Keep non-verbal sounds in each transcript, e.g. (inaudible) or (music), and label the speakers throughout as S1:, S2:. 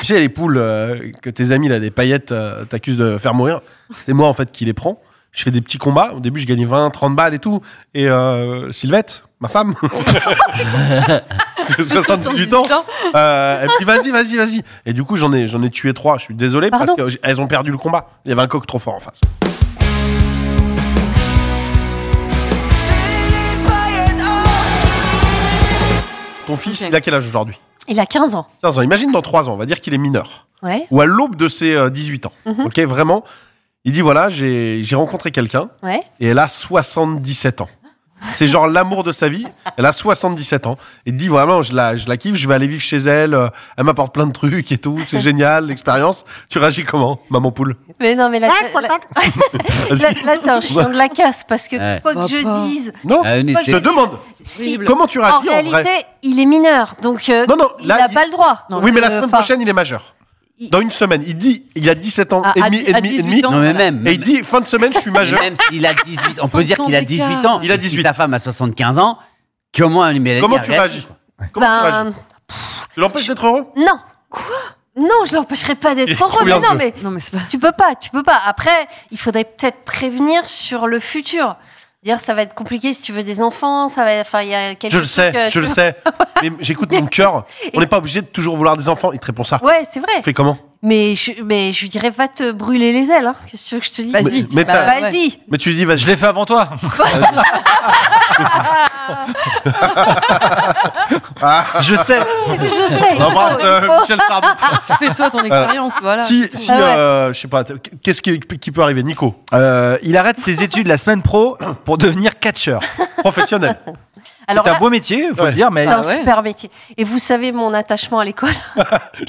S1: Tu sais, les poules euh, que tes amis, là, des paillettes, euh, t'accusent de faire mourir, c'est moi, en fait, qui les prends. Je fais des petits combats. Au début, je gagnais 20, 30 balles et tout. Et euh, Sylvette, ma
S2: (laughs)
S1: femme, (laughs) 78 ans, euh, elle me dit vas-y, vas-y, vas-y. Et du coup, j'en ai, j'en ai tué trois. Je suis désolé
S2: Pardon
S1: parce qu'elles ont perdu le combat. Il y avait un coq trop fort en face. Ton fils,
S2: Ok.
S1: il a quel âge aujourd'hui
S2: Il a 15 ans.
S1: 15 ans. Imagine dans 3 ans, on va dire qu'il est mineur.
S2: Ouais,
S1: Ou à l'aube de ses euh, 18 ans.
S2: Mhm.
S1: Ok, vraiment. Il dit voilà, j'ai j'ai rencontré quelqu'un
S2: ouais.
S1: et elle a 77 ans. C'est genre l'amour de sa vie. Elle a 77 ans. Et dit vraiment, je la, je la kiffe, je vais aller vivre chez elle. euh, Elle m'apporte plein de trucs et tout.
S2: (laughs)
S1: C'est génial, l'expérience. Tu réagis comment, maman poule
S3: Mais non, mais là,
S2: Hein
S3: là, là,
S1: Vas-y.
S3: là, t'es un chien de la casse parce que
S4: Ouais.
S3: quoi que je
S2: Papa.
S3: dise,
S1: Non
S4: Ah, mais
S3: Moi,
S1: Je
S4: c'est-
S1: te demande,
S3: si
S1: comment tu
S3: en
S1: réagis en,
S3: réalité
S1: vrai
S3: il est mineur, donc euh,
S1: Non, non,
S3: il
S1: là,
S3: n'a
S1: il-
S3: pas le droit.
S2: Non,
S1: Oui, mais la
S3: euh,
S1: semaine
S3: enfin,
S1: prochaine, il est majeur.
S3: il-
S1: Dans une semaine. Il dit, il a 17 ans
S2: À-
S1: et
S2: Ah, à
S1: demi,
S2: dix-
S1: et
S2: à
S1: demi, et
S2: 18
S1: demi.
S2: ans.
S4: Non, mais même.
S1: Et il dit, fin de semaine, je suis
S2: (laughs)
S1: majeur.
S4: Même s'il a 18, on peut dire
S2: 100 ans
S4: qu'il a
S2: d'écart.
S4: 18 ans.
S1: Il a
S4: Si
S1: 18.
S4: ta femme a 75 ans. Comment elle met
S1: Comment tu réagis Comment tu
S3: ben,
S1: réagis Tu l'empêches d'être heureux
S3: non. Quoi Non, je l'empêcherai pas
S1: Il est
S3: d'être
S1: trop
S3: heureux.
S1: bien
S3: Mais non,
S1: ce-
S3: mais
S2: Non, mais c'est pas.
S3: tu peux pas, tu peux pas. Après, il faudrait peut-être prévenir sur le futur. Dire ça va être compliqué si tu veux des enfants, ça va. Enfin, il y a quelque
S1: Je le sais,
S3: truc, euh,
S1: je le
S3: (laughs)
S1: sais. Mais j'écoute mon cœur. On n'est pas obligé de toujours vouloir des enfants. Il te répond ça.
S3: Ouais, c'est vrai.
S1: On fait comment
S3: Mais je, mais je lui dirais va te brûler les ailes. Hein. Qu'est-ce que tu veux que je te dise
S2: Vas-y.
S1: Mais- mais
S2: Bah,
S1: ça-
S2: ouais.
S3: Vas-y.
S1: Mais tu lui dis, vas-y.
S5: Je l'ai fait avant toi. Je sais.
S3: (laughs) Je sais.
S1: On embrasse
S3: il faut- il
S1: euh,
S3: faut-
S1: Michel
S3: (laughs)
S1: Sardou.
S2: Fais-toi ton expérience, voilà.
S1: Si, si,
S3: Ah ouais.
S1: euh, je sais pas, qu'est-ce qui, qui peut arriver Nico,
S5: Euh, il arrête ses études la semaine pro pour devenir catcheur.
S3: (laughs)
S1: professionnel. (laughs)
S3: Alors
S5: C'est un
S3: là,
S5: beau métier, faut
S1: Ouais.
S5: le dire, mais
S3: c'est
S2: Ah
S3: un
S2: ouais.
S3: super métier. Et vous savez mon attachement à l'école.
S1: Oui,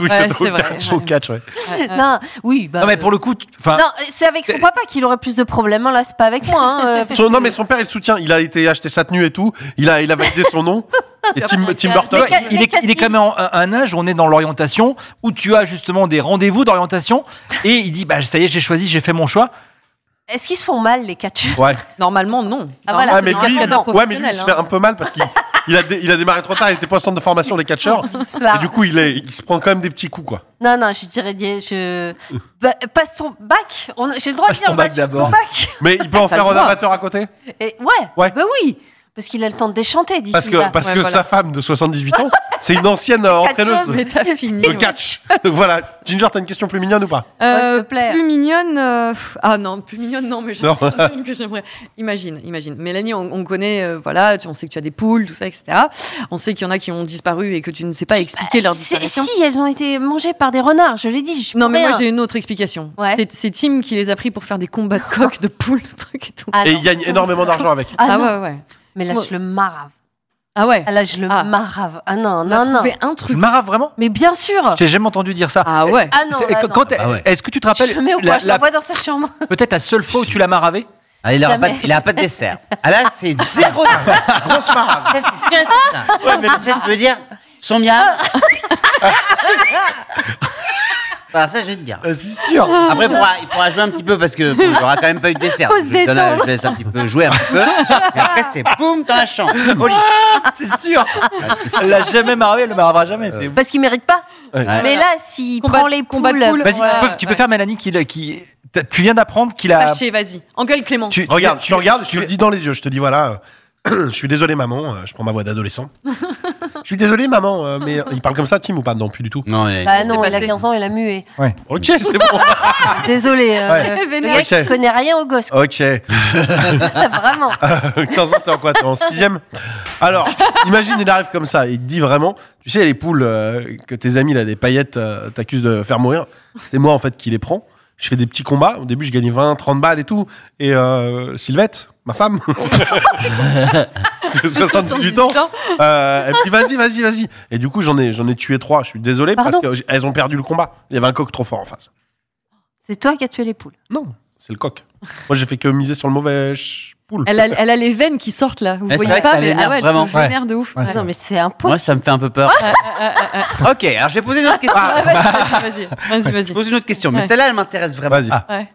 S2: Ouais,
S1: c'est
S2: c'est vrai.
S1: drôle.
S5: Au catch, ouais.
S3: (laughs) non, oui. Bah,
S5: Non, mais pour le coup, tu- enfin,
S3: Non, c'est avec son papa qu'il aurait plus de problèmes. hein, Là, c'est pas avec moi. hein,
S1: (laughs)
S3: euh, parce
S1: Son- non
S3: que-
S1: mais son père il le soutient, il a été acheté sa tenue et tout, il a, il a validé son
S3: (laughs)
S1: nom. Et Tim, Tim
S5: tu
S1: Burton,
S5: vois, il, il est, il est quand même en- à un âge où on est dans l'orientation, où tu as justement des rendez-vous d'orientation, et il dit, bah, ça y est, j'ai choisi, j'ai fait mon choix.
S3: Est-ce qu'ils se font mal les catcheurs
S1: ouais.
S2: normalement, non.
S3: Ah, voilà,
S1: Ouais,
S3: c'est
S1: mais
S3: du
S1: lui,
S3: cascadeur
S1: ouais, mais lui, il se fait
S3: hein.
S2: professionnel,
S1: un peu mal parce qu'il il a, dé- il a démarré trop tard, il était pas au centre de formation des catcheurs.
S3: (laughs) C'est cela.
S1: Et du coup, il, est, il se prend quand même des petits coups, quoi.
S3: Non, non, je dirais des- je Bah, passe ton bac. On- J'ai le droit
S5: Passe
S3: de dire
S5: ton bac
S3: bah, jusqu'au
S5: d'abord.
S3: bac. (laughs)
S1: Mais il peut en
S5: T'as
S1: faire
S5: le
S1: un
S5: droit.
S1: amateur à côté
S3: Et ouais.
S1: Ouais.
S3: Bah oui, parce qu'il a le temps de déchanter. d'ici
S1: Parce que,
S3: là.
S1: parce
S2: Ouais,
S1: que
S2: voilà.
S1: sa femme de 78
S3: (laughs)
S1: ans, c'est une ancienne euh, entraîneuse
S3: Catcheuse.
S1: de
S2: Mais t'as
S3: (laughs)
S2: fini.
S1: de catch. Donc voilà. Ginger, t'as une question plus mignonne ou pas
S3: Ouais, s'il te plaît.
S2: Euh, Plus mignonne. euh, pff, Ah non, plus mignonne, non, mais j'en (laughs)
S1: Non.
S2: ai une que j'aimerais. Imagine, imagine. Mélanie, on, on connaît, euh, voilà, tu, on sait que tu as des poules, tout ça, etc. On sait qu'il y en a qui ont disparu et que tu ne sais pas expliquer leur
S3: Bah, C'est-
S2: disparition.
S3: Si elles ont été mangées par des renards, je l'ai dit. je suis
S2: Non,
S3: pour
S2: mais moi
S3: rien.
S2: j'ai une autre explication.
S3: Ouais.
S2: C'est- C'est Tim qui les a pris pour faire des combats de coqs, de poules, de trucs et tout.
S3: Ah,
S1: hein. Et
S3: non.
S1: il gagne énormément d'argent
S3: (laughs)
S1: avec.
S3: Ah,
S2: Ah,
S3: non.
S2: ouais, ouais.
S3: Mais là,
S2: Moi-
S3: je le marave.
S2: Ah ouais.
S3: Ah, là, je le
S2: Ah.
S3: marave. Ah non,
S2: On a
S3: non, non.
S2: trouvé un
S5: Tu
S2: truc.
S5: le marave vraiment?
S3: Mais bien sûr.
S5: J'ai jamais entendu dire ça.
S2: Ah ouais.
S3: Ah non,
S5: C'est-
S3: là,
S5: quand-
S3: non.
S5: quand-
S4: Ah ouais.
S5: Est-ce que tu te
S3: Je
S5: rappelles
S3: le mets au
S5: la-
S3: coin, je
S5: la-
S3: l'envoie dans sa chambre. (laughs)
S5: peut-être la seule fois où tu l'as maravé
S4: Ah, il aura pas,
S3: Jamais.
S4: de- il a pas de dessert. Ah là,
S1: (laughs)
S4: c'est zéro dessert. Grosse marave. Ça, c'est sûr et certain. Ça, je peux dire,
S1: (laughs)
S4: son miam. Voilà, ça, je vais te dire.
S5: Ah, C'est sûr.
S1: Ah,
S4: Après, il pourra, il pourra jouer un petit peu parce que bon, il aura quand même pas eu de dessert.
S3: Faut
S4: Je,
S3: se
S4: lui donne un-
S3: détendre.
S4: je laisse un petit peu jouer un petit peu. Et après, c'est boum dans la chambre. Au lit.
S5: C'est sûr.
S4: Ah, c'est sûr. Euh.
S5: Elle l'a jamais maravé, elle le maravera jamais. c'est-
S3: Parce qu'il mérite pas.
S1: Ouais.
S3: Mais là, s'il
S2: Combat-
S3: prend les
S2: combat de
S3: poules,
S2: poules.
S5: Vas-y,
S2: Ouais,
S5: tu peux, tu peux
S2: ouais.
S5: faire Mélanie qui, l'a- qui t'as- tu viens d'apprendre qu'il
S4: Euh,
S5: a.
S2: Fâché, vas-y. Engueule Clément.
S5: Tu,
S1: Regarde,
S5: tu-
S1: tu regardes, je te
S5: tu-
S1: le dis dans les yeux. Je te dis, voilà, euh, (clears throat) je suis désolé, maman. euh, Je prends ma voix
S3: (laughs)
S1: d'adolescent. Je suis désolé, maman. euh, Mais il parle comme ça, Tim, ou pas Non, plus du tout.
S4: Non, il a-
S3: Ah
S2: C'est
S3: non, il a
S2: passé.
S3: 15 ans, il a mué.
S1: Ok, c'est
S3: (laughs)
S1: bon.
S3: Désolé. euh, le
S5: Ouais.
S3: gars
S1: Ok.
S3: qui connaît rien aux gosses,
S1: Ok.
S3: quoi, (laughs) vraiment.
S1: (laughs) 15 ans, t'es en quoi T'es en sixième Alors, imagine, il arrive comme ça. Il te dit vraiment, tu sais, les poules euh, que tes amis, là, des paillettes, euh, t'accusent de faire mourir. C'est moi, en fait, qui les prends. Je fais des petits combats. Au début, je (laughs) gagnais 20, 30 balles et tout. Et euh, Sylvette, ma femme, que 78 ans. Euh, et puis vas-y, vas-y, vas-y. Et du coup, j'en ai, j'en ai tué trois. Je suis désolé
S3: Pardon
S1: parce qu'elles ont perdu le combat. Il y avait un coq trop fort en face.
S3: C'est toi qui as tué les poules.
S1: Non, c'est le coq. Moi, j'ai fait que miser sur le mauvais ch- poule.
S2: Elle a, elle a les veines qui sortent là. Vous
S4: Eh, c'est
S2: voyez
S4: vrai que
S2: pas,
S4: ça
S2: mais
S4: l'énerve
S2: ah ouais, elle
S4: vraiment.
S2: se vénère de ouf.
S5: Ouais,
S2: Ouais.
S5: c'est
S3: Non, mais c'est
S4: Moi,
S3: impossible.
S4: ça me fait un peu peur. ok, alors je vais poser une autre question.
S2: Ah, vas-y,
S4: (laughs)
S2: vas-y, vas-y,
S4: Je
S2: vas-y.
S4: pose une autre question, mais
S2: Ouais.
S4: celle-là, elle m'intéresse vraiment.
S1: Vas-y.
S5: Ah.
S2: Ouais.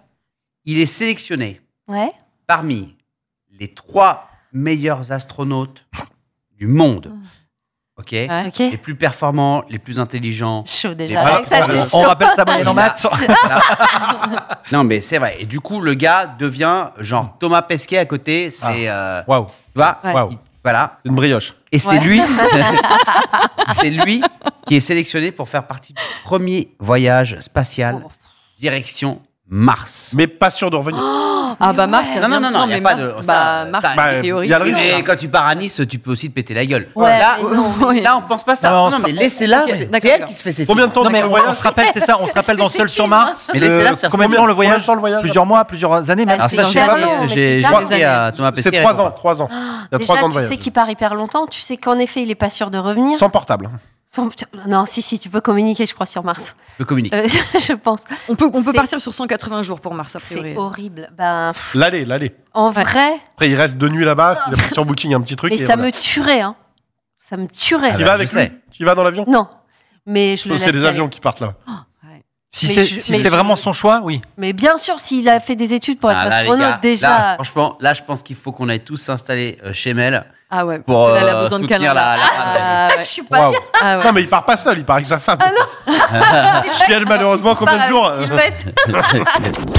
S4: Il est sélectionné
S3: Ouais.
S4: parmi les trois meilleurs astronautes du monde. Ok
S2: Ouais.
S4: Les
S3: Ok.
S4: plus performants, les plus intelligents.
S3: Chaud déjà.
S4: Et
S3: Avec ça,
S4: voilà.
S3: c'est
S5: On
S3: chaud.
S5: rappelle sa moyenne en
S4: Voilà.
S5: maths.
S4: Voilà. non, mais c'est vrai. Et du coup, le gars devient genre Thomas Pesquet à côté. C'est. euh,
S5: Waouh.
S4: tu vois
S2: Ouais.
S5: Waouh.
S4: il- Voilà.
S1: C'est une brioche.
S4: Et
S2: (laughs)
S4: c'est lui. c'est lui qui est sélectionné pour faire partie du premier voyage spatial
S2: Oh.
S4: direction Mars.
S1: Mais pas sûr de revenir.
S3: Oh,
S2: Ah bah Mars,
S4: Non, non, non, non, il y a
S2: mais
S4: pas
S2: Mar-
S4: de- ça,
S2: Bah,
S4: ça-
S2: Mars,
S4: Bah,
S2: a
S1: euh,
S2: priori.
S1: il y a le
S4: Oui,
S1: risque.
S4: mais quand tu pars à Nice, tu peux aussi te péter la gueule.
S3: Ouais,
S4: là,
S3: mais
S4: (laughs)
S3: non,
S2: oui.
S4: là, on pense pas ça.
S5: Non, mais on
S4: Non,
S5: se-
S4: mais laissez-la.
S2: Ok,
S4: c'est-
S2: d'accord,
S4: c'est elle
S2: d'accord.
S4: qui se fait ses
S1: Combien de temps
S5: Non mais
S1: le
S5: on,
S1: voyage
S5: on se rappelle, c'est ça, on se
S3: Parce
S5: rappelle dans
S3: que
S5: Seul
S3: c'est
S5: sur
S3: qui,
S5: Mars.
S4: Mais laissez-la
S1: Euh,
S4: se faire
S5: Combien de temps le voyage
S1: Combien de temps le voyage
S5: Plusieurs mois, plusieurs années même.
S3: Ah,
S4: Ah, ça, je sais pas,
S3: hyper long,
S4: parce que
S3: mais
S4: j'ai
S3: c'est
S4: j'ai
S3: hyper
S4: demandé
S3: long.
S4: à Thomas Pesquet.
S1: C'est 3 ans, 3 ans. Il y a 3
S3: Déjà,
S1: ans de
S3: tu
S1: voyage.
S3: sais qu'il part hyper longtemps. Tu sais qu'en effet, il est pas sûr de revenir.
S1: Sans portable.
S3: Sans- Non, si, si, tu peux communiquer, je crois, sur Mars. (laughs)
S4: Je communique.
S3: Euh, je pense.
S2: On peut, on peut
S3: C'est-
S2: partir sur 180 jours pour Mars, a priori.
S3: C'est horrible. Ben, pff,
S1: L'aller, l'aller.
S3: en
S2: Ouais.
S3: vrai,
S1: Après, il reste deux nuits là-bas. Il a pris sur Booking un petit truc.
S3: mais
S1: et
S3: ça
S1: voilà.
S3: me tuerait. Hein. Ça me tuerait.
S4: Ah
S1: Tu
S4: bah,
S1: vas
S4: je
S1: avec
S4: sais.
S1: lui Tu vas dans l'avion
S3: Non, mais je le laisse
S1: Oh, C'est des
S3: aller.
S1: avions qui partent là-bas.
S5: Si
S3: Mais
S5: c'est
S3: je-
S5: si
S3: mais
S5: c'est
S3: je-
S5: vraiment son choix, oui.
S3: Mais bien sûr, s'il a fait des études pour être
S4: Ah, là, les gars,
S3: astronaute,
S4: là,
S3: déjà.
S4: franchement, là, je pense qu'il faut qu'on aille tous s'installer euh, chez Mel
S2: Ah ouais,
S4: pour
S2: parce que là, elle a
S4: euh,
S2: besoin de
S4: soutenir
S2: câlin.
S4: la-
S2: là.
S4: la
S2: Ah,
S3: (laughs) je
S2: ouais.
S3: suis pas
S5: Waouh.
S2: Ah ouais.
S1: Non, mais il part pas
S3: Ah
S1: seul, il part avec sa femme.
S3: bien.
S1: (laughs) Puis elle, malheureusement, combien de jours euh,
S3: Par la petite bête.